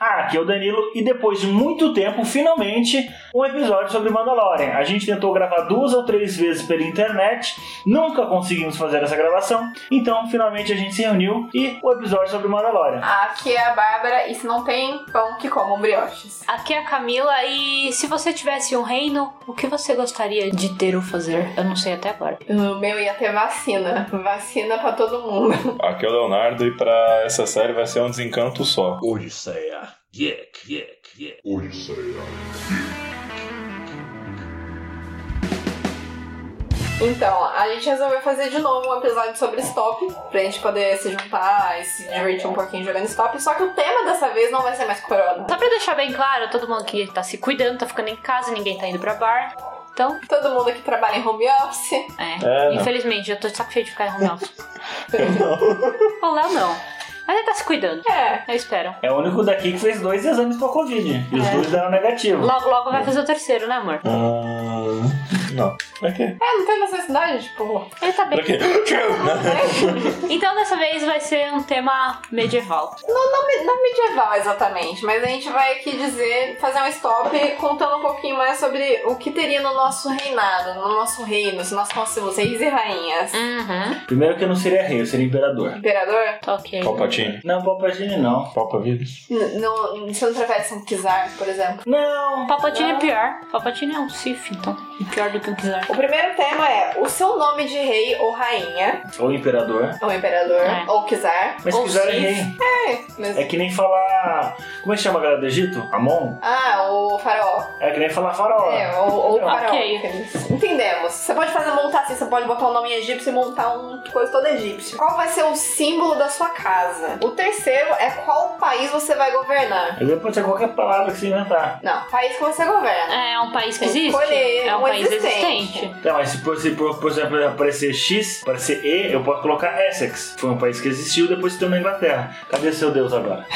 Aqui é o Danilo e depois de muito tempo, finalmente, um episódio sobre Mandalorian. A gente tentou gravar duas ou três vezes pela internet, nunca conseguimos fazer essa gravação, então finalmente a gente se reuniu e o episódio sobre Mandalorian. Aqui é a Bárbara e se não tem pão que comam brioches. Aqui é a Camila e se você tivesse um reino, o que você gostaria de ter ou fazer? Eu não sei até agora. O meu ia ter vacina. Vacina pra todo mundo. Aqui é o Leonardo e pra essa série vai ser um desencanto só. Odisseia. Yek, yek, yek. Então, a gente resolveu fazer de novo um episódio sobre stop, pra gente poder se juntar e se divertir um pouquinho jogando stop. Só que o tema dessa vez não vai ser mais corona. Só pra deixar bem claro, todo mundo aqui tá se cuidando, tá ficando em casa, ninguém tá indo pra bar. Então, Todo mundo que trabalha em home office. é. É, não. Infelizmente, eu tô de saco cheio de ficar em home office. Não. O Léo não. Mas ele tá se cuidando. É. Eu espero. É o único daqui que fez dois exames pra Covid. E os É. dois deram negativo. Logo, logo vai fazer o terceiro, né, amor? Hum, não. Pra quê? É, não tem necessidade, tipo. Ele tá bem. Pra quê? Então, dessa vez vai ser um tema medieval. Não, não, me- não medieval exatamente, mas a gente vai aqui dizer, fazer um stop contando um pouquinho mais sobre o que teria no nosso reinado, no nosso reino, se nós fôssemos reis e rainhas. Uhum. Primeiro que eu não seria rei, eu seria imperador. Imperador? Tá ok. Palpatine. Não, Palpatine não. Palpatine. N- Não, você não atravessa um Kizar, por exemplo. Não! Palpatine é não. pior. Palpatine é um Sif, então. É pior do que um Kizar. O primeiro tema é o seu nome de rei ou rainha, Ou imperador. ou imperador, É. ou Kizar. Mas Ou quiser é Sith. rei. É, mas... É que nem falar. Como é que chama a galera do Egito? Amon? Ah, o faraó. É que nem falar faraó. É, ou, ou o Ok. faraó. Entendemos. Você pode fazer montar assim, você pode botar um nome egípcio e montar um coisa toda egípcia. Qual vai ser o símbolo da sua casa? O terceiro é qual país você vai governar. Mas pode ser qualquer palavra que você inventar. Não, país que você governa. É um país que Tem que existe? escolher É um um país existente. existente. Tá, mas se por, se por, por exemplo aparecer X, aparecer E, eu posso colocar Essex. Foi um país que existiu depois se tornou Inglaterra. Cadê seu Deus agora?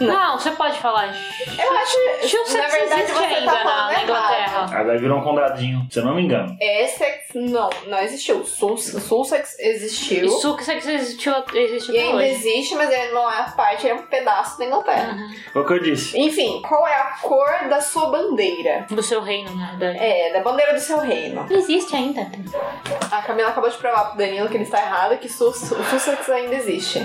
Não. você pode falar. Eu acho Tinha um que, É, na verdade, você ainda tá na, falando na errado. Inglaterra. Agora virou um condadinho, se eu não me engano. Essex, não, não existiu. Sus- Sussex tá existiu. Isso que você existiu, existe E até ainda hoje. existe, mas ele não é a parte, ele é um pedaço da Inglaterra. Foi o que eu disse. Enfim, qual é a cor da sua bandeira? Do seu reino, na verdade. É, da bandeira do seu reino. Não existe ainda. A Camila acabou de provar pro Danilo que ele está errado, que Sus- o Sussex ainda existe.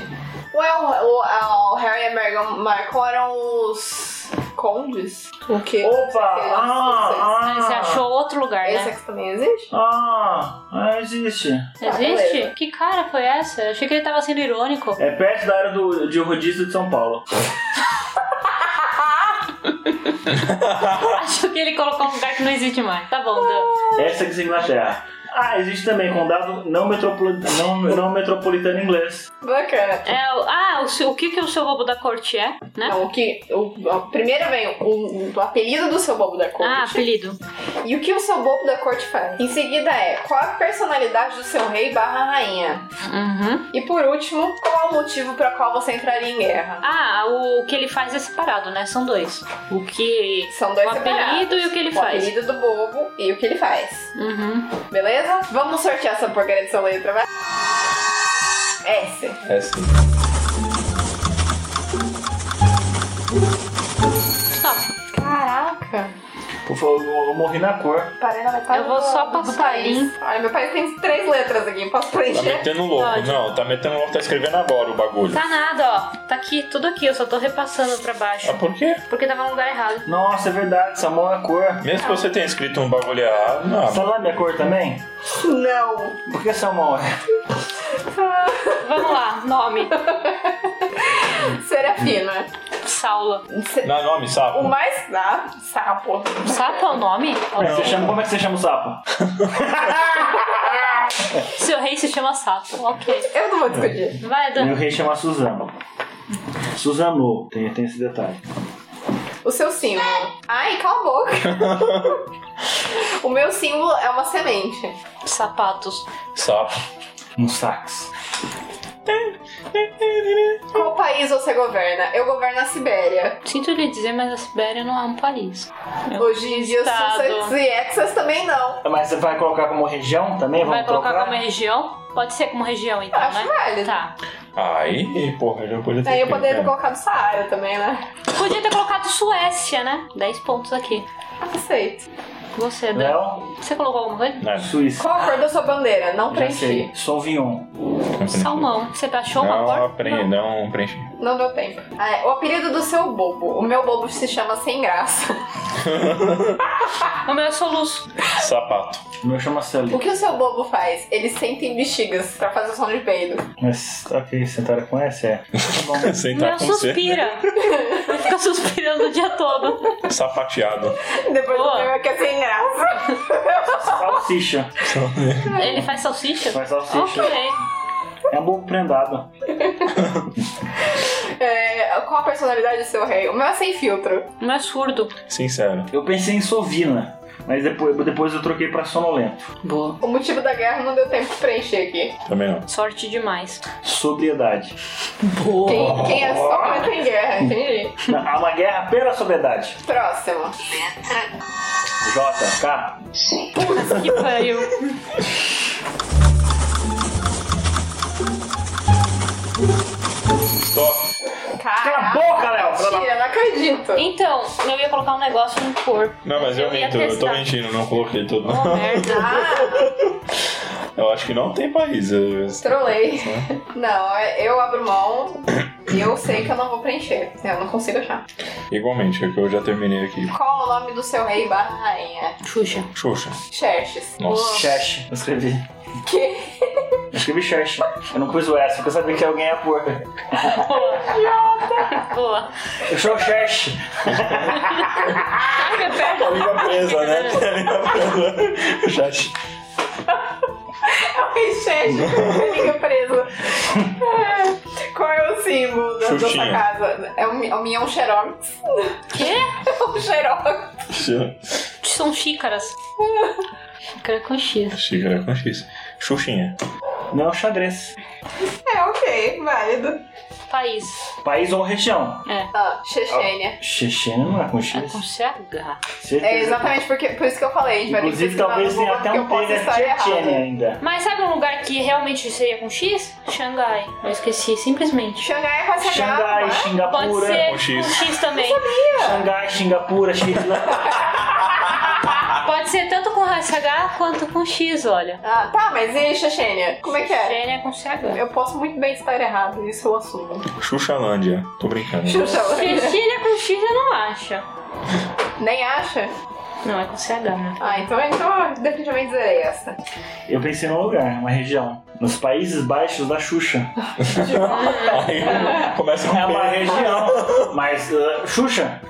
Ué, o, o- a- o Harry e a Meghan Markle eram os condes? O quê? Opa! Esse- Ah! Você Ah! achou outro lugar, Esse né? aqui também existe? Ah! Ah, existe. Ah, Existe? beleza. que cara foi essa? Eu achei que ele tava sendo irônico. É perto da área do, de rodízio de São Paulo. Acho que ele colocou um lugar que não existe mais. Tá bom, Dan. Essex, Inglaterra. Ah, existe também condado não, metropoli não, não metropolitano inglês. Bacana. É, o- ah, o, seu- o que, que o seu roubo da corte é, né? Não, o que, o, o- primeiro vem o, o apelido do seu bobo da corte. Ah, apelido. E o que o seu bobo da corte faz? Em seguida é qual a personalidade do seu rei barra rainha? Uhum. E por último, qual o motivo para qual você entraria em guerra? Ah, o que ele faz é separado, né? São dois. O que. São dois o apelido separados. e o que ele o faz. apelido do bobo e o que ele faz. Uhum. Beleza? Vamos sortear essa porcaria dessa letra, vai? S. É sim. Stop. Caraca. Por favor, eu eu morri na cor. Parei na metade Eu vou do- só do passar país. limpo. Olha, meu pai tem três letras aqui, posso Tá preencher? metendo louco. Pode. Não, tá metendo louco, tá escrevendo agora o bagulho. Tá nada, ó. Tá aqui, tudo aqui. Eu só tô repassando pra baixo. Mas por quê? Porque tava no lugar errado. Nossa, é verdade, Samuel é cor. Mesmo que você tenha escrito um bagulho errado, não. Salame é cor também? Não. Por que Samuel é? Vamos lá, nome. Serafina. Saula. Se- Não, nome, O sapo. mais... Ah, sapo. Sapo é o nome? Mas você chama- como é que você chama o sapo? Seu rei se chama Sapo. Ok. Eu não vou discutir. Vai, Dan. Meu rei chama Suzano. Suzano, tem, tem esse detalhe. O seu símbolo. Ai, cala a boca. o meu símbolo é uma semente. Sapatos. Sapo. Um sax. Qual país você governa? Eu governo a Sibéria. Sinto lhe dizer, mas a Sibéria não é um país. Hoje em dia, os Estado. Sussex e Texas também não. Mas você vai colocar como região também? Vai Vamos colocar trocar? como região? Pode ser como região, então, Eu acho é. né? válido. Tá. Aí, porra, eu podia ter. Aí eu feito, poderia ter né? colocado Saara também, né? Podia ter colocado Suécia, né? 10 pontos aqui. Aceito. Você, Dan. Léo, Você colocou alguma coisa? Nada. É. Suíça. Qual a cor da sua bandeira? Não Já preenchi. sei. Sauvignon. Salmão. Você achou uma Não, cor? aprende, não. preenche. Não deu tempo. Ah, é. o apelido do seu bobo. O meu bobo se chama Sem Graça. O meu é soluço. Sapato. O meu chama Sully. O que o seu bobo faz? Ele senta em bexigas pra fazer o som de peido. Mas, ok, sentaram com essa? É. Tá bom. O Sentar meu com você. suspira. Ele fica suspirando o dia todo. Sapateado. Depois Boa. o meu é que é sem graça. Salsicha. um- Ele faz salsicha? Faz Ok. salsicha. É um bobo prendado. É, qual a personalidade do seu rei? O meu é sem filtro. O meu é surdo. Sincero. Eu pensei em Sovina, mas depois, depois eu troquei pra Sonolento. Boa. O motivo da guerra não deu tempo de preencher aqui. Também não. Sorte demais. Sobriedade. Boa. Quem, quem é só quando tem guerra, entendi. Não, Há uma guerra pela sobriedade. Próximo. J, K. Que pariu. Stop. Cala a boca, Léo! Fala da- Mentira, não acredito. Então, eu ia colocar um negócio no corpo. Não, mas eu Eu ia minto. Eu tô testar. mentindo, não coloquei tudo. Oh, merda. Ah, Eu acho que não tem país. é, eu- trolei. Não, é, eu abro mão e eu sei que eu não vou preencher. né? Eu não consigo achar. Igualmente, é que eu já terminei aqui. Qual o nome do seu rei barra rainha? Xuxa. Xuxa. Xerxes. Nossa. Chesh, eu escrevi. Que? Eu escrevi Chesh. Eu não pus o S, porque eu sabia que alguém ia pôr. Boa. Eu sou o Chesh. Ai, minha perna. A língua presa, né? A língua presa. Xuxa. É o rei Xerxes com a língua presa. É. Qual é o símbolo da, da sua Xuxinha. casa? É o, mi- o minhão xerox. Quê? O xerox. São xícaras. Xícara com X. Xícara é com X. Xuxinha. Não é um xadrez. É, ok, válido. País. País ou região? É. Ah, Chechênia. Chechena não é com É com X. CH. É, Certeza. exatamente, porque, por isso que eu falei, a gente vai ter que Inclusive, talvez tenha até um T da Chechene errado. ainda. Mas sabe um lugar que realmente seria com X? Xangai. Eu esqueci, simplesmente. Xangai é com SH, Xangai, né? Pode Xingapura. ser com com X. X, também. Xangai, Xingapura, Xingapura. Pode ser tanto com SH quanto com X, olha. Ah, tá, mas e Chechênia? Como é que é? Xene é com CH. Eu posso muito bem estar errado, isso eu assumo. Xuxalândia. Tô brincando. Xuxa, olha. Xene é com X eu não acho. nem acha? Não, é com CH, né? Ah, então, então eu definitivamente zerei essa. Eu pensei num lugar, uma região. Nos Países Baixos da Xuxa. Aí começa É com uma P. região. Mas, uh, Xuxa,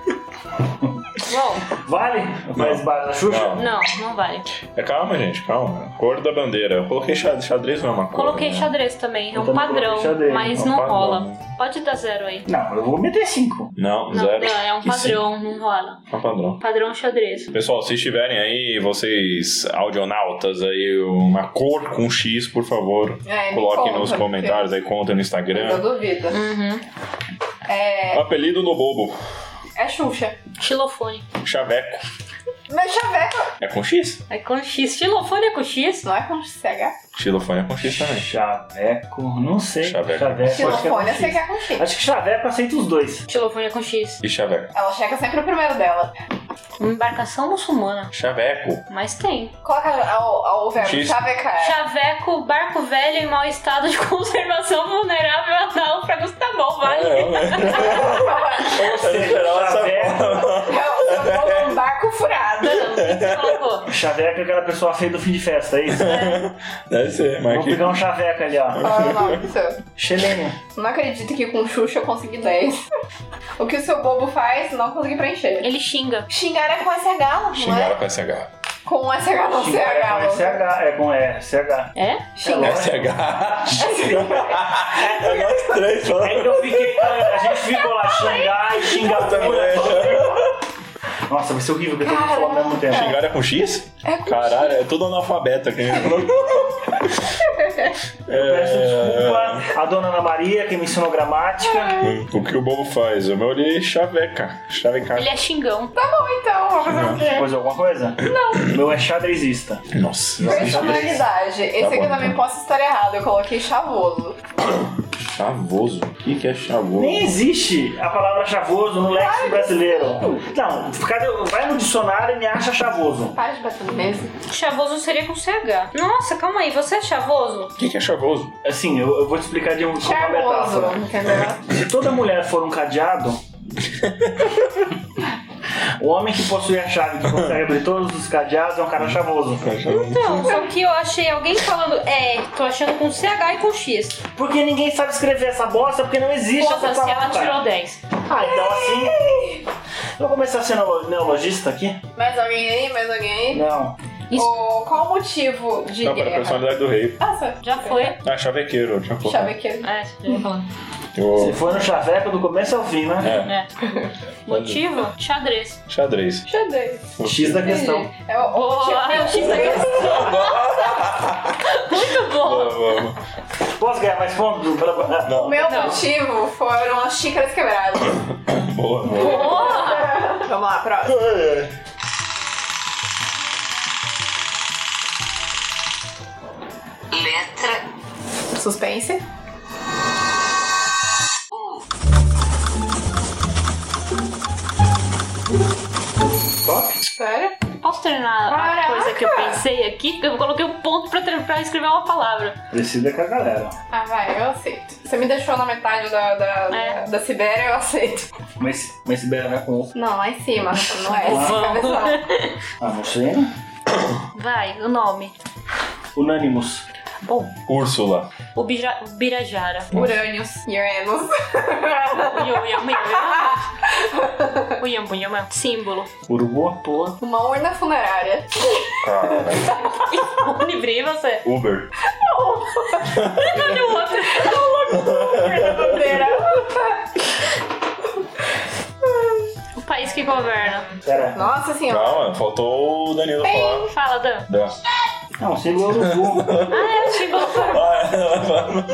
Bom, vale? Os Países Baixos da Xuxa? Não. não, não vale. É, calma, gente, calma. Cor da bandeira. Eu coloquei xadrez, xadrez não é uma cor. Coloquei né? xadrez também, é Eu um também coloquei padrão, xadrez, mas é um não padrão, rola. né? Pode dar zero aí. Não, eu vou meter cinco. Não, Não, zero. não, é um E sim, padrão, não rola. É um padrão. Padrão xadrez. Pessoal, se estiverem aí, vocês audionautas aí, uma cor com X, por favor, É, me coloquem conta, nos comentários aí, contem no Eu Instagram. duvido. Uhum. É, Apelido do bobo, é Xuxa. Xilofone. Chaveco. Mas chaveco É com X? É com X. Xilofone é com X? não é com CH? Xilofone é com X também. Chaveco, não sei. Chaveco. Xilofone é acho que é CH com X. Acho que Chaveco aceita os dois. Xilofone é com X. E Chaveco? Ela checa sempre o primeiro dela. Embarcação muçulmana. Chaveco. Mas tem. Coloca o, o, verbo X. chavecar. Chaveco, barco velho em mau estado de conservação vulnerável a náufragos. Tá bom, vale. É, né? Ou seja, Chaveco, É um barco furado. Não, quem que colocou? Chaveco é aquela pessoa feia do fim de festa, é isso? Deve ser, mas Vamos que... pegar um Chaveco ali, ó. Fala o nome do seu. Xelene. Ah, Não acredito que com Xuxa eu consegui 10. o que o seu bobo faz, não consegui preencher. Ele xinga. Xingar é com SH, não é? Xingaram com SH. Com SH não, Xingar CH. É com SH, é com é, CH. É? Xingar. SH. É nós três falando. Aí eu fiquei, a gente ficou lá, Xangai, Xingapura. Nossa, vai ser horrível que eu tô falando ao mesmo tempo. Xingaram é com X? É com Caralho, é tudo analfabeto aqui. Peço é. desculpa à dona Ana Maria, que me ensinou gramática. é. O que o bobo faz? O meu olho é chaveca. Chavecar. Ele é xingão. Bom, então, vamos fazer o quê? Coisa alguma coisa? Não. Meu é xadrezista. Nossa, Personalidade. Esse Tá aqui bom, eu também então. posso estar errado. Eu coloquei chavolo. chavoso. O que, que é chavoso? Nem existe a palavra chavoso no léxico brasileiro. Não, cadê o- vai no dicionário e me acha chavoso. Para de bater no mesmo. Chavoso seria com CH. Nossa, calma aí, você é chavoso? O que, que é chavoso? Assim, eu, eu vou te explicar de um, com uma Charmoso, metáfora. entendeu? Se toda mulher for um cadeado, o homem que possui a chave que consegue abrir todos os cadeados é um cara chavoso. Então, só que eu achei alguém falando, é, tô achando com CH e com X. Porque ninguém sabe escrever essa bosta, porque não existe Poxa, essa se palavra. ela tirou 10. Ah, então assim. Eu vou começar sendo lo- neologista aqui? Mais alguém aí? Mais alguém aí? Não. Isso. O- qual o motivo de Não, para a guerra? personalidade do rei. Nossa, Já foi. Ah, chavequeiro. Já foi. Chavequeiro. É, eu ia falar. Se Eu- for no chaveco do começo ao fim, né? É, É. Motivo? Xadrez. xadrez. Xadrez. X da questão. É o, o, Boa, é o X da Muito bom. Posso ganhar mais pontos? o Não, meu motivo foram as xícaras quebradas. boa, boa. Boa. Vamos lá, próximo. Letra Suspense. Top. Espera. Posso terminar Caraca. a coisa que eu pensei aqui? Eu coloquei um ponto pra, ter- pra escrever uma palavra. Decida com a galera. Ah, vai, eu aceito. Você me deixou na metade da, da, É. da Sibéria, eu aceito. Mas, mas se beira vai com. Não, lá em cima, não é Vamos. essa cabeça. Ah, não sei. Vai, o nome. Unânimos. Bom, Úrsula. o, Bija, o Birajara. Urânios. Uranus. O Yum, yum, yum. O Yum, yum, yum. Símbolo. Urubu. Pula. Uma urna funerária. Cara. O Livre, e você? Uber. Cadê o outro? Bandeira. O país que governa. Pera. Nossa senhora. Calma, faltou o Danilo falar. Fala, Dan. Dá. Não, símbolo é urubu. Ah, é o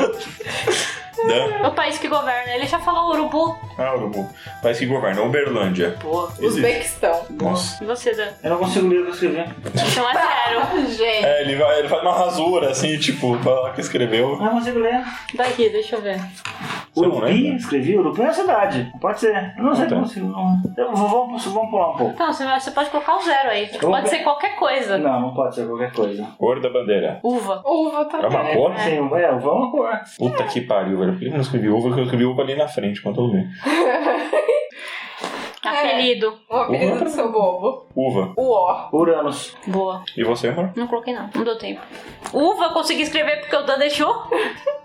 símbolo. Dá. É O país que governa. Ele já falou urubu. Ah, Urubu. País que governa. Uberlândia. Boa. Existe. Uzbequistão. Nossa. E você, Dan? Eu não consigo ler o que eu escrevi. Então é zero. Gente. É, ele, vai, ele faz uma rasura assim, tipo, fala que escreveu. Eu não consigo ler. Daqui, deixa eu ver. Você não Urubi, lembra? escrevi. Urubu é uma cidade. Pode ser. Eu não sei Tá. como consigo. não. Eu vou, vamos, vamos pular um pouco. Não, você, vai- você pode colocar o zero aí. Tipo, Uva. pode ser qualquer coisa. Não, não pode ser qualquer coisa. Cor da bandeira. Uva. Uva É também. uma cor? Sim, é, uva é uma cor. Puta que pariu, velho. Por que eu não escrevi uva? Porque eu escrevi uva ali na frente, quando eu vi. É. Apelido. O apelido Uva. do seu bobo. Uva. O ó. Uranus. Boa. E você, amor? Não coloquei não, não deu tempo. Uva, eu consegui escrever porque o Dan deixou.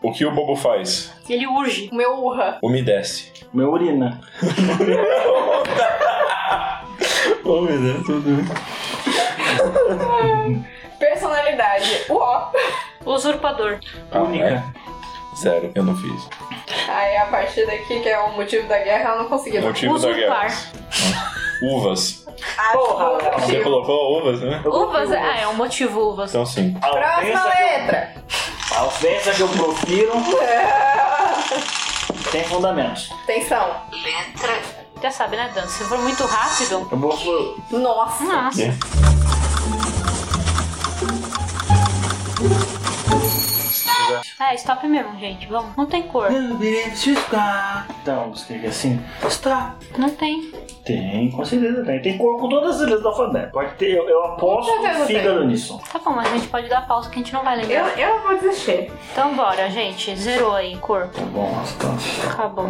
O que o bobo faz? Ele urge. O meu urra. Umedece. Meu urina. Umedece tudo. Personalidade. O ó. Usurpador. Ah, é? Única. Sério, eu não fiz. Aí a partir daqui, que é o motivo da guerra, eu não consegui. não. Motivo da Usurpar. guerra. Uvas. Ah, Porra, desculpa, não. Você tio. colocou uvas, né? Eu coloquei Uvas, ah, é um motivo uvas. Então sim. A Próxima ofensa que eu- letra. A ofensa que eu profiro tem fundamentos. Atenção. Já sabe, né, Dan? Se for muito rápido. Eu vou. Nossa. Nossa. É. É, stop mesmo, gente. Vamos. Não tem cor. Então, escrevi assim. Está. Não tem. Tem, com certeza tem. Tem cor com todas as letras do alfabeto. Pode ter, eu, eu aposto Com certeza o fígado nisso. Tá bom, mas a gente pode dar pausa que a gente não vai Eu, lembrar. eu vou desistir. Então bora, gente. Zerou aí, cor. Tá bom, bastante. Acabou.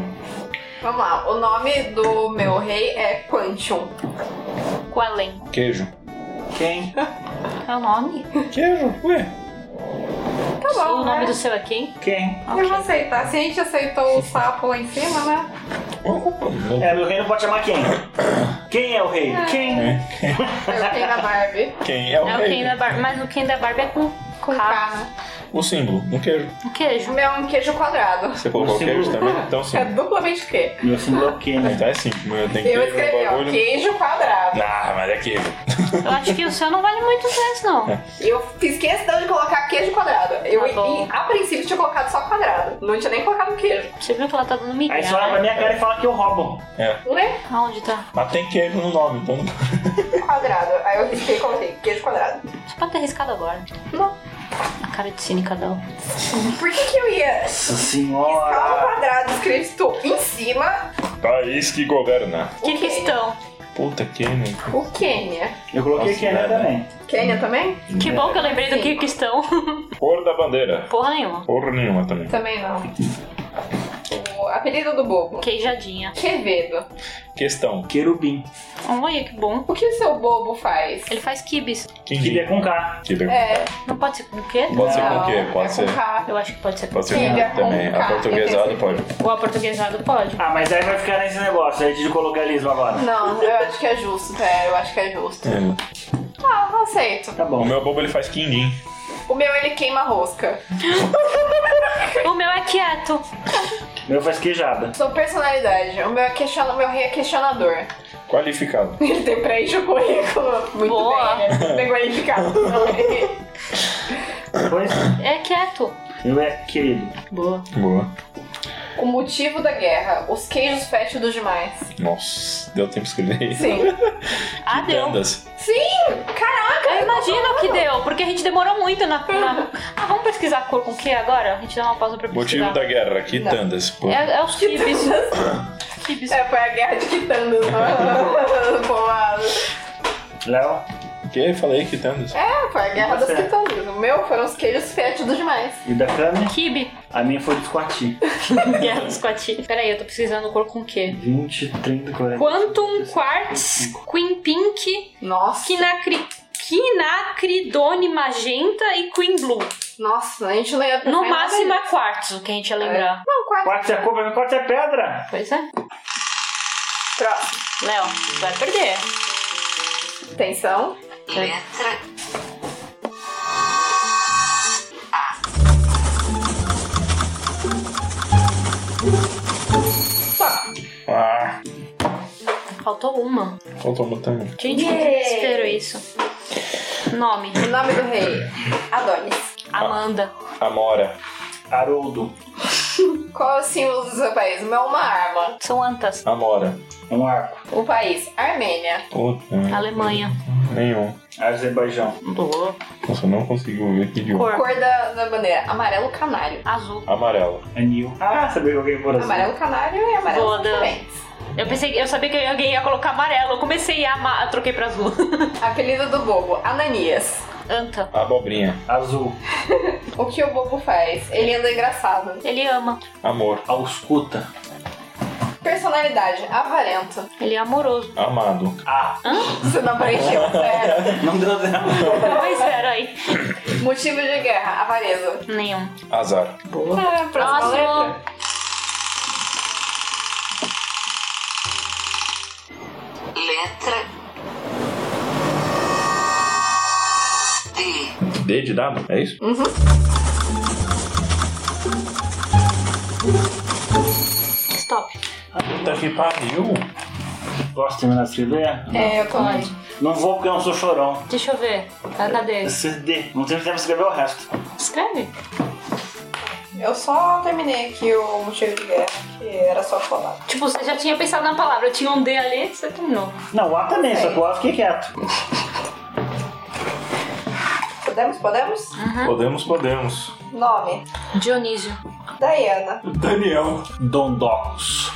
Vamos lá. O nome do meu rei é Quantum. Qualen. Queijo. Quem? É o nome? Queijo? Ué. Tá bom. o nome né? do seu é quem? Quem? Eu vou aceitar. Se a gente aceitou o sapo lá em cima, né? É, meu rei não pode chamar quem? Quem é o rei? Quem? Eu fiquei na Barbie. Quem é o É o Ken rei? da Barbie. Mas o Ken da Barbie é com Com K. né? o símbolo, um queijo. Um queijo. O meu é um queijo quadrado. Você colocou O símbolo- queijo também? Então sim. É duplamente queijo. Meu símbolo é o quê, né? Então é sim, mas tem Eu queijo escrevi, no ó, bagulho. queijo quadrado. Ah, mas é queijo. Eu acho que o seu não vale muito mais, não. Eu fiz questão de colocar queijo quadrado. Eu, Tá bom. e, a princípio, tinha colocado só quadrado. Não tinha nem colocado queijo. Você viu que ela tá dando migué, Aí você olha pra né? minha cara e fala que eu roubo. Né? Aonde tá? É. Mas tem queijo no nome, então não Quadrado. Aí eu risquei e coloquei queijo quadrado. Você pode ter arriscado agora. Não. A cara de um. cínica dela. Por que que eu ia... Nossa Tá um senhora! quadrado escrito em cima País que governa. O Que quê? questão. Puta que, né? o Quênia. Eu coloquei Nossa, Kenia velho. também. Quênia também? Que bom que eu lembrei do que questão. Cor da bandeira. Porra nenhuma. Porra nenhuma também. Também não. O apelido do bobo. Queijadinha. Quevedo. Questão. Querubim. Olha que bom. O que o seu bobo faz? Ele faz kibis. Queria Quimbi. com K. Quimbi. É. Não pode ser com o quê? Pode ser com não, o quê? Pode é ser. Com K. Eu acho que pode ser com Pode ser Quimbi, é com com também. K, A portuguesada eu pensei. pode. O aportuguesado pode. Ah, mas aí vai ficar nesse negócio aí de colocalismo agora. Não, eu acho que é justo, é, eu acho que é justo. É. Ah, eu aceito. Tá O bom. meu bobo ele faz quindim. O meu ele queima a rosca. O meu é quieto. Meu faz queijada. Sou personalidade. O meu é questiona- o meu rei é questionador. Qualificado. Ele tem preenche o currículo. Muito Boa. bem, né? Bem qualificado. Pois É quieto. eu é querido. Boa. Boa. o motivo da guerra. Os queijos fétidos demais. Nossa, deu tempo de escrever isso. Sim. Ah, deu. Tandas. Sim! Caraca! Eu imagino que deu, porque a gente demorou muito na. na- Ah, vamos pesquisar a cor com o que agora? A gente dá uma pausa pra pesquisar. Motivo da guerra, Não. quitandas. Pô. É, é os kibis. Kibis. É, foi a guerra de quitandas. Boa. Léo, O que? Falei quitandas. É, foi a guerra das Você. quitandas. O meu foram os queijos fétidos demais. e da Cami, Kibe. a minha foi de Squati. Guerra dos Quati. Peraí, eu tô pesquisando cor com o quê? 20, 30, 40. Quantum Quartz, Queen Pink, Nossa. Quinacri... Quinacridone Magenta e Queen Blue. Nossa, a gente não ia. No não ia máximo nada é quartzo que a gente ia lembrar. disso. Não, quatro. Quartzo é cor, pra mim quartzo é pedra. Pois é. Próximo. Léo, vai perder. Atenção. Ah, Faltou uma. faltou uma também. Gente, que Yay. desespero isso. Nome. O nome do rei. Adonis. Amanda. Amora. Haroldo, Qual é o símbolo do seu país? O meu é uma arma. São Antas. Amora. um arco. O país, Armênia. Puta. Alemanha. Nenhum. Azerbaijão, Boa. Nossa, eu não consigo ver que idioma. Cor. Cor da, da bandeira, amarelo canário. Azul. Amarelo. Anil. Ah, sabia que alguém por assim. Amarelo canário e amarelo Boa, são Dan. diferentes. Eu pensei, eu sabia que alguém ia colocar amarelo. Eu comecei a amar, eu troquei pra azul. Apelido do bobo, Ananias. Anta. Abobrinha. Azul, O que o bobo faz? Ele anda engraçado. Ele ama. Amor. auscuta, Personalidade, avarento. Ele é amoroso. Amado. ah, Você não preencheu, É. certo? não deu zero. Mas peraí. Motivo de guerra, avareza. Nenhum. Azar. Boa. Ah, próxima Próximo. letra. D de dado? É isso? Stop. Puta que pariu. Posso terminar de escrever? É, eu tô lá. Não vou porque eu não sou chorão. Deixa eu ver. Ah, cadê? É CD. Não teve tempo de escrever o resto. Escreve. Eu só terminei aqui o motivo de guerra, que era só falar. Tipo, você já tinha pensado na palavra. Tinha um D ali, você terminou. Não, o A também, só que o A eu fiquei quieto. Podemos? Podemos? Podemos, podemos. Hum. Nome: Dionísio. Diana. Daniel. Dondocos.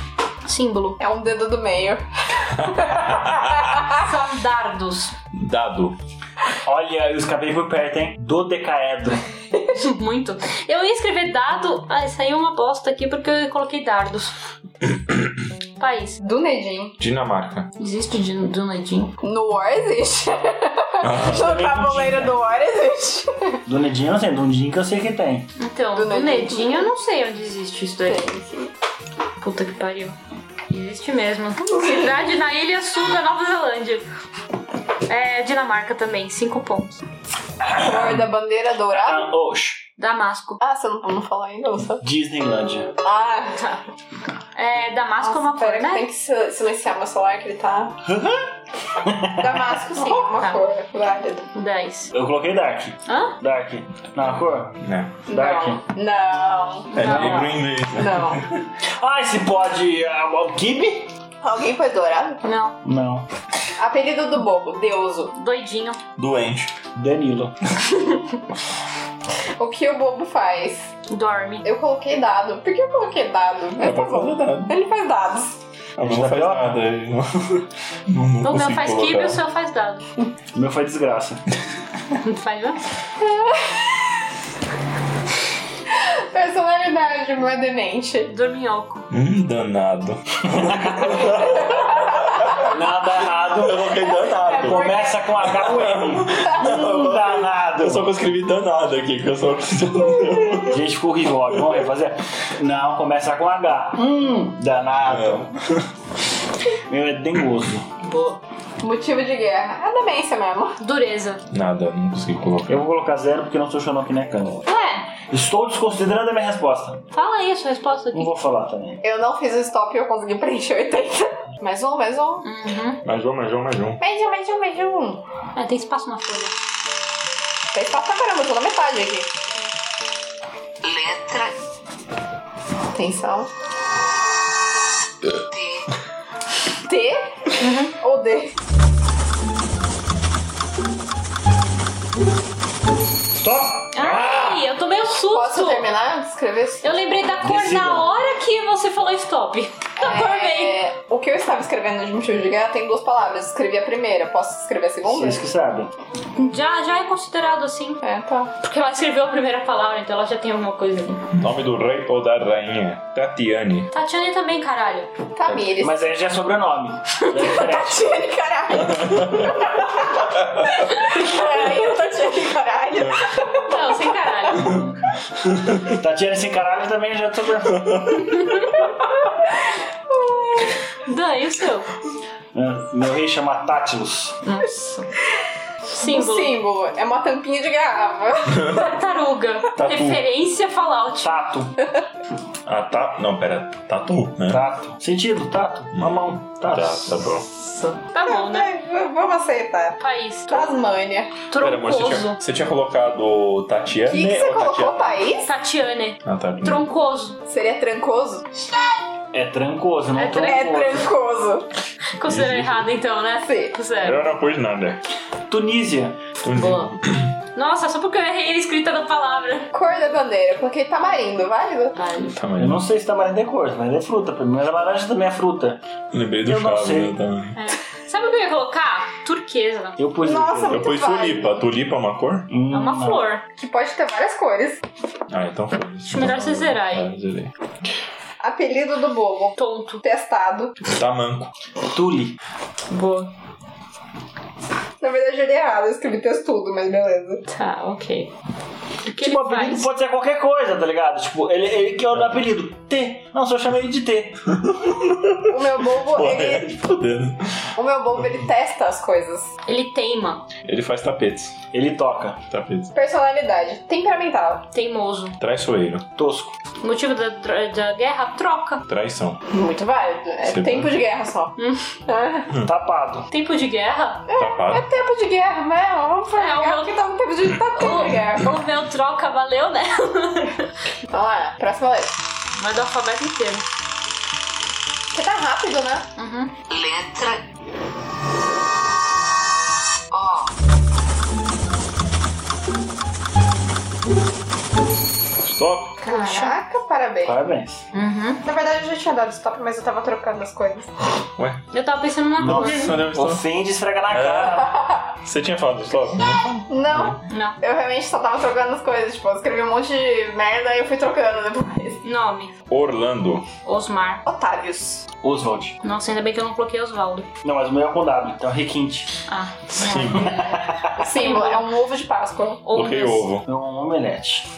Símbolo. É um dedo do meio. São dardos. Dado. Olha, eu escapei por perto, hein? Dodecaedro. Muito. Eu ia escrever dado, aí saiu uma bosta aqui porque eu coloquei dardos. País. Dunedim. Dinamarca. Existe de Dunedim? No War existe. No também tabuleiro Dunedin, do War existe. Dunedin eu não sei, Dunedin que eu sei que tem. Então, Dunedin. Dunedim eu não sei onde existe isso daí. Tem. Puta que pariu. Existe mesmo. Cidade na ilha sul da Nova Zelândia. É Dinamarca também, cinco pontos. Cor da bandeira dourada? Ah, oxe. Damasco. Ah, você não, não falou ainda, você? Disneylândia. Ah, É, Damasco é uma Nossa, pera, cor, que eu né? tenho que sil- silenciar meu celular que ele tá. Damasco, sim, uma Tá. cor. Válido. 10. Eu coloquei Dark. Hã? Dark. Na cor? É, Dark. Não. é Não. livro em inglês, né? Não. Ah, esse pode. ah, o Kibe? Alguém foi dourado? Não. Não. Apelido do bobo, Deuso. Doidinho. Doente. Danilo. O que o bobo faz? Dorme. Eu coloquei dado. Por que eu coloquei dado? É pra fazer nada. Ele faz dados. Ah, Ele Não tá faz pior? nada. ele Não, O não, não meu consigo faz colocar. kibe, o seu faz dado. O meu foi desgraça. Faz né? não? Personalidade, meu é demente. Dorminhoco. Hum, danado. Nada errado. Eu coloquei danado. Começa com H ou M. Hum, danado. Eu um só escrevi danado aqui, que eu só Gente, ficou horrível. ó. Vamos refazer? Não, começa com H. Hum, danado. Meu é dengoso. Boa. Motivo de guerra. É demência mesmo. Dureza. Nada, não consigo colocar. Eu vou colocar zero porque não sou xarope nem cano. Ué, Estou desconsiderando a minha resposta. fala isso, a resposta aqui. Não vou falar também. Eu não fiz o stop e eu consegui preencher 80. Mais um, mais um. Uhum. Mais um, mais um, mais um. Mais um, mais um, mais um. É, tem espaço na folha. Tem espaço pra caramba, eu tô na metade aqui. Letra. Atenção. T. Uhum. Ou D? Stop! Ah! Ai, eu tomei um Posso susto. terminar de escrever? Eu lembrei da cor Decida. na hora que você falou stop. Eu acordei. É, o que eu estava escrevendo de motivo de guerra tem duas palavras. Escrevi a primeira, posso escrever a segunda? Vocês que sabem. Já, já é considerado assim. É, tá. Porque ela escreveu a primeira palavra, então ela já tem alguma coisa ali. Nome do rei ou da rainha? Tatiane. Tatiane também, caralho. Tamires. Mas aí já é sobrenome. Já é diferente. Tatiane, caralho. Peraí, eu Tatiane, caralho. Não, sem caralho. Tatiana sem caralho também já é sobrenome. Dan, e o seu? É, Meu rei chama Tátilos. Nossa. O Símbolo. símbolo é uma tampinha de garrafa. Tartaruga. Tatu. Referência Fallout. Tato. Ah, tá. Não, pera. Tatu, né? Tato. Sentido, tato. Uma mão. Tá, Tato. tá bom. Tá bom, né? V- Vamos aceitar. País. Tá. Tasmânia. Pera, amor, você tinha, Troncoso. você tinha colocado Tatiane O que, que você ou colocou, Tatiana? país? Tatiane. Ah, tá. Troncoso. Seria trancoso? É trancoso, não É é É troncoso. trancoso. Considera errado, então, né? Sim. Zero. Eu não pus nada. Tunísia. Boa. Nossa, só porque eu errei a escrita da palavra. Cor da bandeira. Eu coloquei tamarindo, válido? Vale. Eu Tamanho. não sei se tamarindo é cor, mas é fruta. Pra mim, mas a laranja também é fruta. Lembrei do Eu não Chaves, sei. né, também. É. Sabe o que eu ia colocar? Turquesa. Eu pus. Nossa. Eu pus Muito válido. tulipa. Tulipa é uma cor? Hum, É uma não. flor. Que pode ter várias cores. Ah, então foi. Acho melhor você zerar aí. Ah, zerei. Apelido do bobo. Tonto. Testado. Tamanco. Tule. Boa. Na verdade, eu li errado. Eu escrevi testudo, mas beleza. Tá, ok. O que Tipo, ele apelido faz? pode ser qualquer coisa, tá ligado? Tipo, ele, ele que é o apelido. T. Não, só chamei ele de T. O meu bobo, Pô, é, ele... fodendo. O meu bobo, ele testa as coisas. Ele teima. Ele faz tapetes. Ele toca. Tapetes. Personalidade. Temperamental. Teimoso. Traiçoeiro. Tosco. Motivo da, da guerra? Troca. Traição. Muito válido. É Sim, tempo válido. de guerra só. Ah, Hum. Tapado. Tempo de guerra? Tapado. É tempo de guerra, né? Vamos É, o falar meu- que tá no tempo de... Tá tempo de guerra. O meu troca valeu, né? Vamos lá. Próxima letra. Mas do alfabeto inteiro. Você tá rápido, né? Uhum. Stop. Caraca, parabéns. Parabéns. Uhum. Na verdade, eu já tinha dado stop, mas eu tava trocando as coisas. Ué. Eu tava pensando numa cor. Nossa, olha o stop. Ofende, esfrega É. na cara. Você tinha falado stop? né? Não, Não. eu realmente só tava trocando as coisas. Tipo, eu escrevi um monte de merda e eu fui trocando depois. Nome. Orlando. Osmar. Otários. Oswald. Nossa, ainda bem que eu não coloquei Osvaldo. Não, mas o meu é com W, então é requinte. Ah. Símbolo é um ovo de Páscoa. Ondas. Coloquei ovo. É um omelete.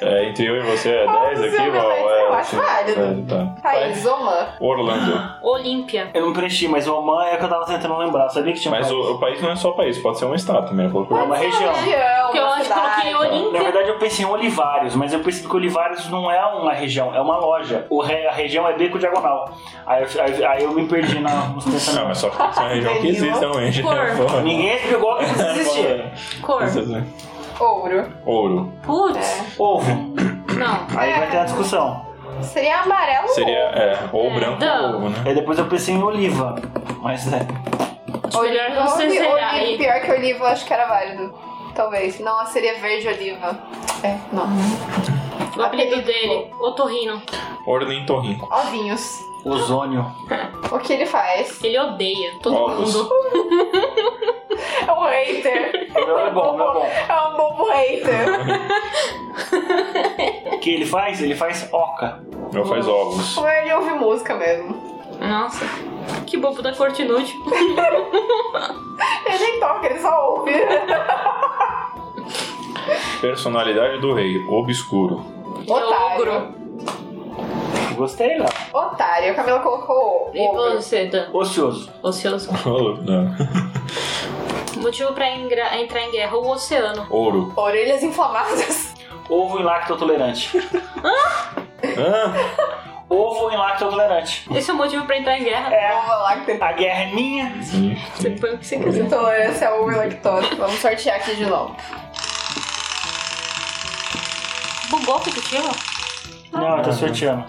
É, entre eu e você é 10 mas aqui, eu Val. também, sei É, acho válido. É, tá. País. Zoma. Orlando. Olímpia. Eu não preenchi, mas o Oman é o que eu tava tentando lembrar. Sabia que tinha um Mas país. o, o país não é só país, pode ser um estado também. Ela É colocou- uma região. Região, Porque eu uma acho que cidade. coloquei Na Olímpia. verdade, eu pensei em Olivários, mas eu percebi que Olivários não é uma região, é uma loja. O re- a região é beco diagonal. Aí eu, aí- aí eu me perdi na, nos Não, pensamentos. mas só que isso é uma região que existe realmente. Cor. Porra. Ninguém explicou que isso existia. Cor. um- Ouro. Ouro. Putz. É. Ovo. Não. Aí vai ter a discussão. Seria amarelo Seria, é, ou É, branco não. ou ovo, né? Aí depois eu pensei em oliva. Mas é. ou melhor oliva. você Oliva- zerar oliva- aí. Pior que oliva, eu acho que era válido. Talvez. Não, seria verde oliva. É, não. O apelido dele. Otorrino. Ornitorrinco. Ovinhos. Ozônio. O que ele faz? Ele odeia todo Ovos. mundo. É um hater. Meu é bom, meu é bom. É um bobo hater. O que ele faz? Ele faz oca. Meu faz ovos. Ou ele ouve música mesmo. Nossa. Que bobo da corte inútil. Ele nem toca, ele só ouve. Personalidade do rei. Obscuro. É Otário. Gostei né? lá. Otário. A Camila colocou E ogro. você, Dan? Ocioso. Ocioso. Ouro. Não. Motivo pra engra- entrar em guerra. O oceano. Ouro. Orelhas inflamadas. Ovo em lacto tolerante. Hã? Ovo em lacto tolerante. Esse é o motivo pra entrar em guerra. É. Ovo lacto. A guerra é minha. Sim, Você sim. põe o que você quiser. Intolerância ao ovo e é lactose. Vamos sortear aqui de novo. Bugou o fictivo? Não, eu tô sorteando.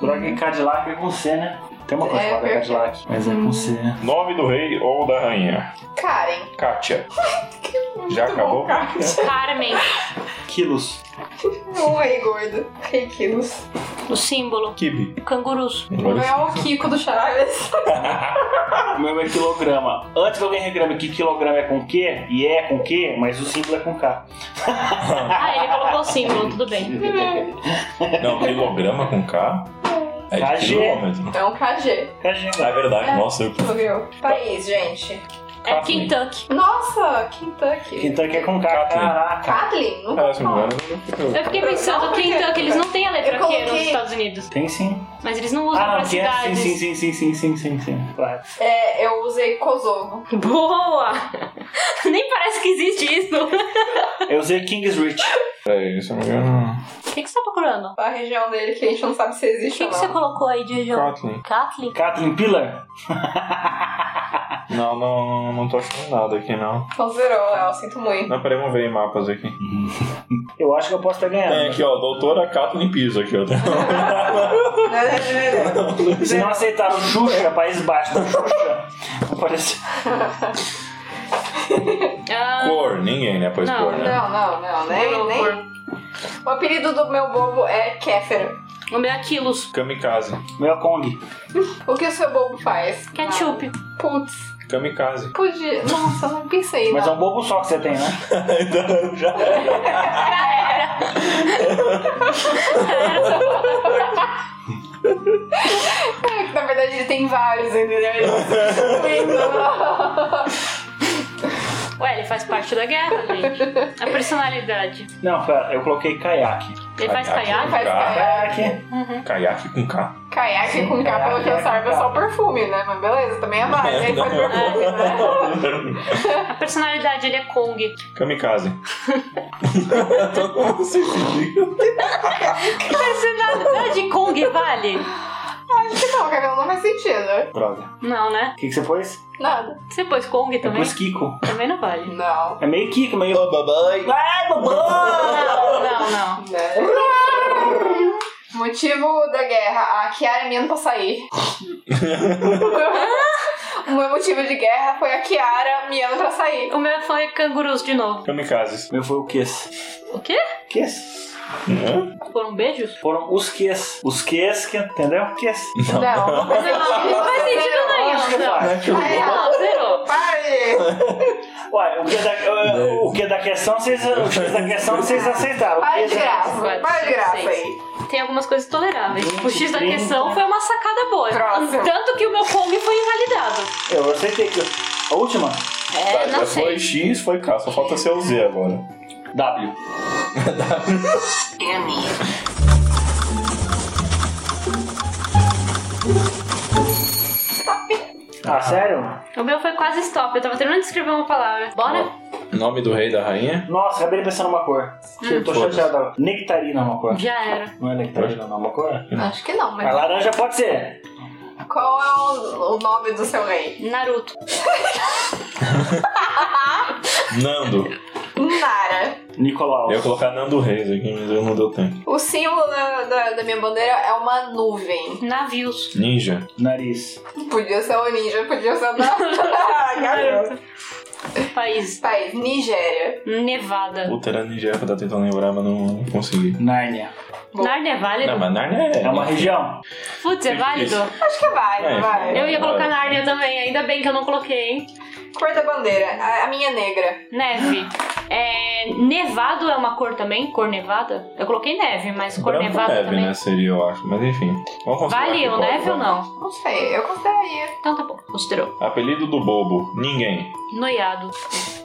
Droga em Cadillac é com C, né? Tem uma coisa É, chamada perfeito. Cadillac, mas é com C, né? Nome do rei ou da rainha. Karen. Kátia. Já acabou? Carmen. Quilos. Um rei gordo. Rei quilos. O símbolo. Kibe. Cangurus. Não é o Kiko do Chaves. O meu é quilograma. Antes que alguém reclame que quilograma é com Q, e é com Q, mas o símbolo é com K. Ah, ele colocou o símbolo. Tudo bem. Não, quilograma com K? É KG. de quilômetro. É um KG. Cadillac. Ah, é verdade, nossa, eu Viu? País, gente. É Kathleen. Kentucky. Nossa, Kentucky. Kentucky é com K. Kathleen. Caraca. Kathleen? Não Ah, se não me fala. engano, Eu fiquei pensando, Kentucky, eles não têm a letra Eu Q nos coloquei- Estados Unidos. Tem sim. Mas eles não usam Ah, pra não, que é sim, cidades. sim, sim, sim, sim, sim, sim, sim. Claro. É, eu usei Kosovo. Boa! Nem parece que existe isso. O Eu usei King's Reach. Peraí, É, se eu não me engano. que, que você tá procurando? A região dele que a gente não sabe se O existe que, ou que você não. colocou aí de região? Kathleen. Kathleen? Kathleen Pillar? Não, não, não, não tô achando nada aqui, não. Então zerou, Léo. Sinto muito. Não, peraí, vamos ver em mapas aqui. Eu acho que eu posso estar Tem ganhando. aqui, ó, doutora Kathleen Piso aqui, ó. um Se não aceitaram Xuxa, País Baixo da Xuxa, apareceu. Ah, Cor, ninguém, né? Pois Não, cor, né? Não, não, não. Nem, nem. O apelido do meu bobo é Kéfera. o meu é Aquilos. Kamikaze. Meu Kong. O que o seu bobo faz? Ketchup. Ah, putz. Kamikaze. Podia. Nossa, não pensei. Mas é não. um bobo só que você tem, né? então já era. É que, Na verdade, ele tem vários, entendeu? Ele tá Ué, ele faz parte da guerra, gente. A personalidade. Não, pera, eu coloquei caiaque. Ele faz caiaque? Caiaque. faz Caiaque. Caiaque. Caiaque com K. Caiaque com capa, pelo que eu saiba, é só perfume, né? Mas beleza, também é mais. Ele faz perfume, né? A personalidade, ele é Kong. Kamikaze. Personalidade Kong vale? Acho que não, Camila, não faz sentido. Droga. Não, né? O que, que você pôs? Nada. Você pôs Kong Eu também? pus Kiko. Também não vale. Não. É meio Kiko, meio. Ô, babai. Ai, babai! Não, não, não. Né? Motivo da guerra. A Kiara é menino pra sair. o meu motivo de guerra foi a Kiara miando pra sair. O meu é foi cangurus de novo. Kamikazes. Meu foi o Kiss. O quê? Kiss. Hã? Foram beijos? Foram os Kiss. Os Kiss, que, entendeu? Kiss. Não, não faz Não, não faz sentido nenhum. É, Uai, Não, zerou. Pare! o que é da, eh, o que é da questão vocês. O que é da questão vocês aceitaram. O Para de que é da- graça. Para de graça aí. Tem algumas coisas toleráveis. Tipo, o X da 20, questão foi uma sacada boa. Próximo. Tanto que o meu Kong foi invalidado. Eu aceitei que. A última? É, Tá, não já sei. foi X, foi K, só falta ser o Z agora. W. Ah, sério? O meu foi quase stop, eu tava tentando descrever uma palavra. Bora? Nome do rei e da rainha? Nossa, acabei de pensar numa cor. Que eu tô Hum. Foda-se. chateado. Nectarina é uma cor. Já era. Não é nectarina, não é uma cor? Acho que não, Mas mas. laranja pode ser. Qual é o, o nome do seu rei? Naruto. Nando. Nara. Nicolau. Eu ia colocar Nando Reis aqui, mas eu não deu tempo. O símbolo da, da- da minha bandeira é uma nuvem. Navios. Ninja. Nariz. Podia ser o ninja, podia ser o Naruto. País. País, Nigéria. Nevada. Puta, era Ninja que eu tava tentando lembrar, mas não consegui. Nárnia. Bom. Narnia é válido? Não, mas Narnia é. É uma região? Putz, é Difícil. válido? Acho que vai, É. vai. Eu ia colocar Vai. Narnia também, ainda bem que eu não coloquei, hein? Cor da bandeira, a, a minha é negra. Neve. É, nevado é uma cor também? Cor nevada? Eu coloquei neve, mas cor Branco nevada neve, também. né? Seria, eu acho. Mas enfim. Vamos considerar que Vale o pode, neve ou vai. né, não? Não sei, eu consideraria. Então tá bom, considerou. Apelido do bobo. Ninguém. Noiado.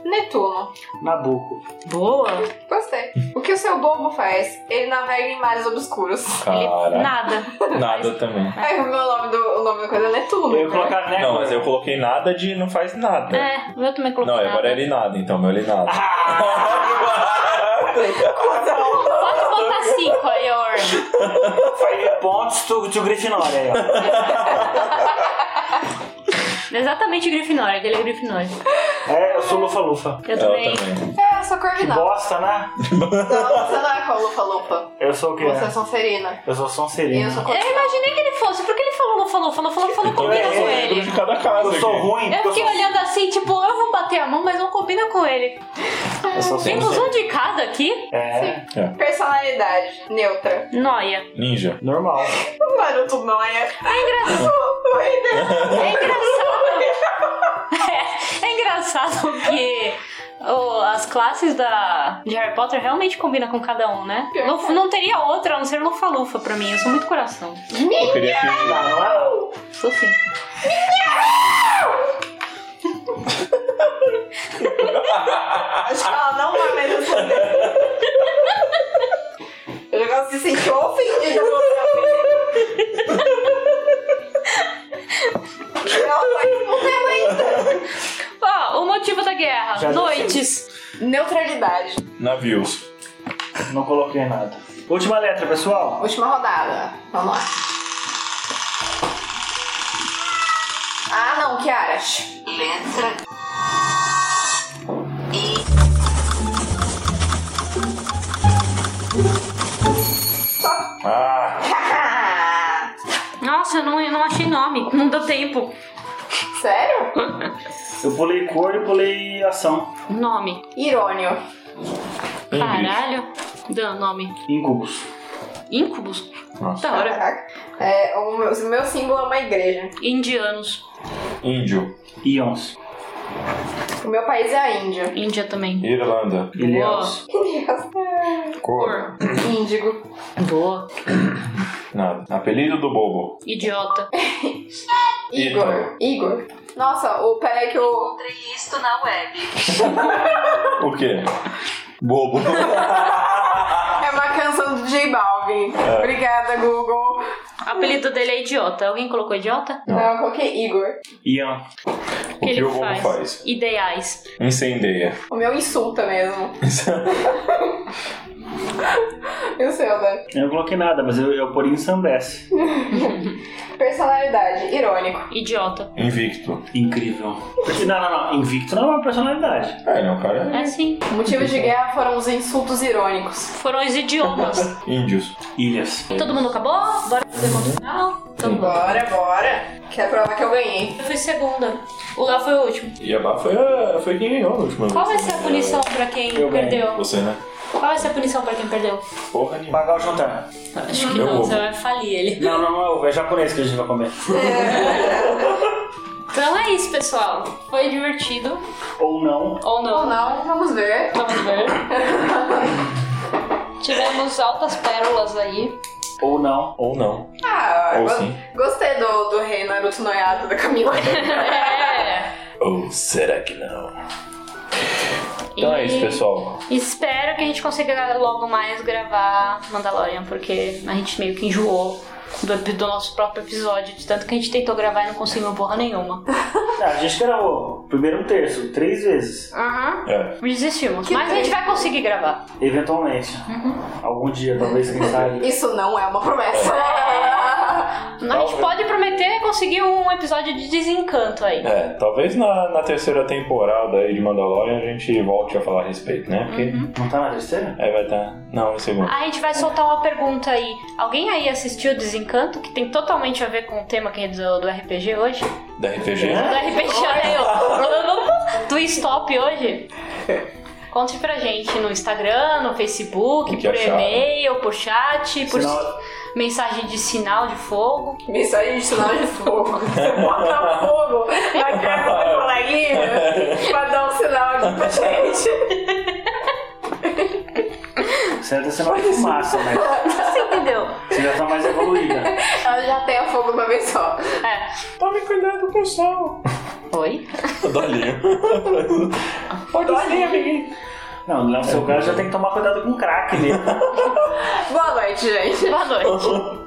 Netuno. Nabuco. Boa. Gostei. O que o seu bobo faz? Ele navega em mares obscuros. Cara. Nada. Nada também. Aí o meu nome do, o nome da coisa é Netuno. Eu ia né? colocar Nécora. Não, mas eu coloquei nada de não faz nada. É, eu também coloquei Não, nada. Ah, agora ele nada, então, meu ele nada. Ah! Pode botar cinco aí, Orne. Five points to, to Grifinória aí, ó. Exatamente Grifinória, aquele é Grifinória. É, eu sou Lufa-Lufa. Eu Eu também. também. É, eu sou Que corvinal. bosta, né? Não, você não é com a lupa-lupa. Eu sou o quê? Você é Sonserina. Eu sou um E Sonserina. eu sou Eu corvinal. imaginei que ele fosse, porque ele falou, não falou, falou, falou, falou, combina com é, ele. de cada casa Eu aqui. sou ruim. Eu porque fiquei sou- olhando assim, tipo, eu vou bater a mão, mas não combina com ele. Eu sou Temos sem- um de cada aqui. É, Personalidade. Neutra. Noia. Ninja. normal. Naruto Noia. É engraçado. Oi, É engraçado. É, é engraçado que o- as classes da, de Harry Potter realmente combinam com cada um, né? Não, não teria outra a não ser Lufa-Lufa pra mim. Eu sou muito coração. Eu queria que. Não, não é? Sou sim. Acho que ela não tá vai mais responder. Eu já se sentiu ofendida com a minha Não vai responder Ó, o motivo da guerra. Já Noites. ainda. Neutralidade. Navios. Não coloquei nada. Última letra, pessoal. Última rodada. Vamos lá. Ah, não, Kiara. Ah, Ah, Nossa, eu não, eu não achei nome. Não deu tempo. sério? Eu pulei cor e pulei ação. Nome. Irônio. É Caralho. Deu nome. Incubos. Incubus? Nossa. Da hora. Caraca. É, o, meu, o meu símbolo é uma igreja. Indianos. Índio. Ions. O meu país é a Índia. Índia também. Irlanda. Ilhéus. Cor. Índigo. Boa. Nada. Apelido do bobo. Idiota. Igor. Igor. Nossa, o peraí que o. O quê? Bobo. É uma canção do J Balvin. Obrigada, Google. O apelido dele é idiota. Alguém colocou idiota? Não. Não, eu coloquei Igor. Ian. o que o bobo faz? Ideais. Incendeia. O meu insulta mesmo. E o seu, né? Eu não coloquei nada, mas eu, eu por ensandece. Personalidade, irônico. Idiota. Invicto. Incrível. Porque- Não, não, não. Invicto não é uma personalidade. É, ele é um cara. É assim. Motivos de guerra foram os insultos irônicos. Foram os idiomas. Índios. Ilhas. Todo mundo acabou? Bora fazer conta final? Então bora. Bora, bora. Quer provar que eu ganhei. Eu fui segunda. O Lá foi o último. E a Bá foi, a- foi quem ganhou a última Qual vai vez. ser a punição pra quem Eu ganhei. perdeu? Você, né? Qual vai ser a punição pra quem perdeu? Porra nenhuma. Pagar o jantar. Acho que Eu não, vou. você vai falir ele. Não, não, não é ovo. É japonês que a gente vai comer. Então é isso, pessoal. Foi divertido. Ou não. Ou Ou não. não, vamos ver. Vamos ver. Tivemos altas pérolas aí. Ou não. Ou não. Ah, Ou go- sim. gostei do, do rei Naruto noiado da Camila. É. Ou será que não? Então é isso, E- pessoal. Espero que a gente consiga logo mais gravar Mandalorian, porque a gente meio que enjoou do, do nosso próprio episódio, de tanto que a gente tentou gravar e não conseguiu porra nenhuma. Ah, a gente gravou o primeiro um terço, três vezes, Aham. É. Desistimos. Que Mas a gente triste. vai conseguir gravar. eventualmente. Algum dia, talvez, quem sabe. Isso não é uma promessa. A gente pode prometer conseguir um episódio de desencanto aí. É, talvez na, na terceira temporada aí de Mandalorian a gente volte a falar a respeito, né? Porque Uhum. Não tá na terceira? aí vai estar. Não, no segundo. A gente vai soltar uma pergunta aí. Alguém aí assistiu Desencanto, que tem totalmente a ver com o tema que a gente do, do RPG hoje? Da RPG. Do RPG hoje? Do stop hoje? Conte pra gente no Instagram, no O Facebook, que por acharam? e-mail, por chat, por Sinal- mensagem de sinal de fogo. Mensagem de sinal de é fogo. Você bota fogo na cara do coleguinha pra dar um sinal aqui pra gente. Você tá sendo uma fumaça, né? Você entendeu? Você já tá mais evoluída. Ela já tem a fogo uma vez só. É. Tome cuidado com o sol. Oi? Dolinho. Não, no seu caso já tem que tomar cuidado com o crack, né? Boa noite, gente. Boa noite.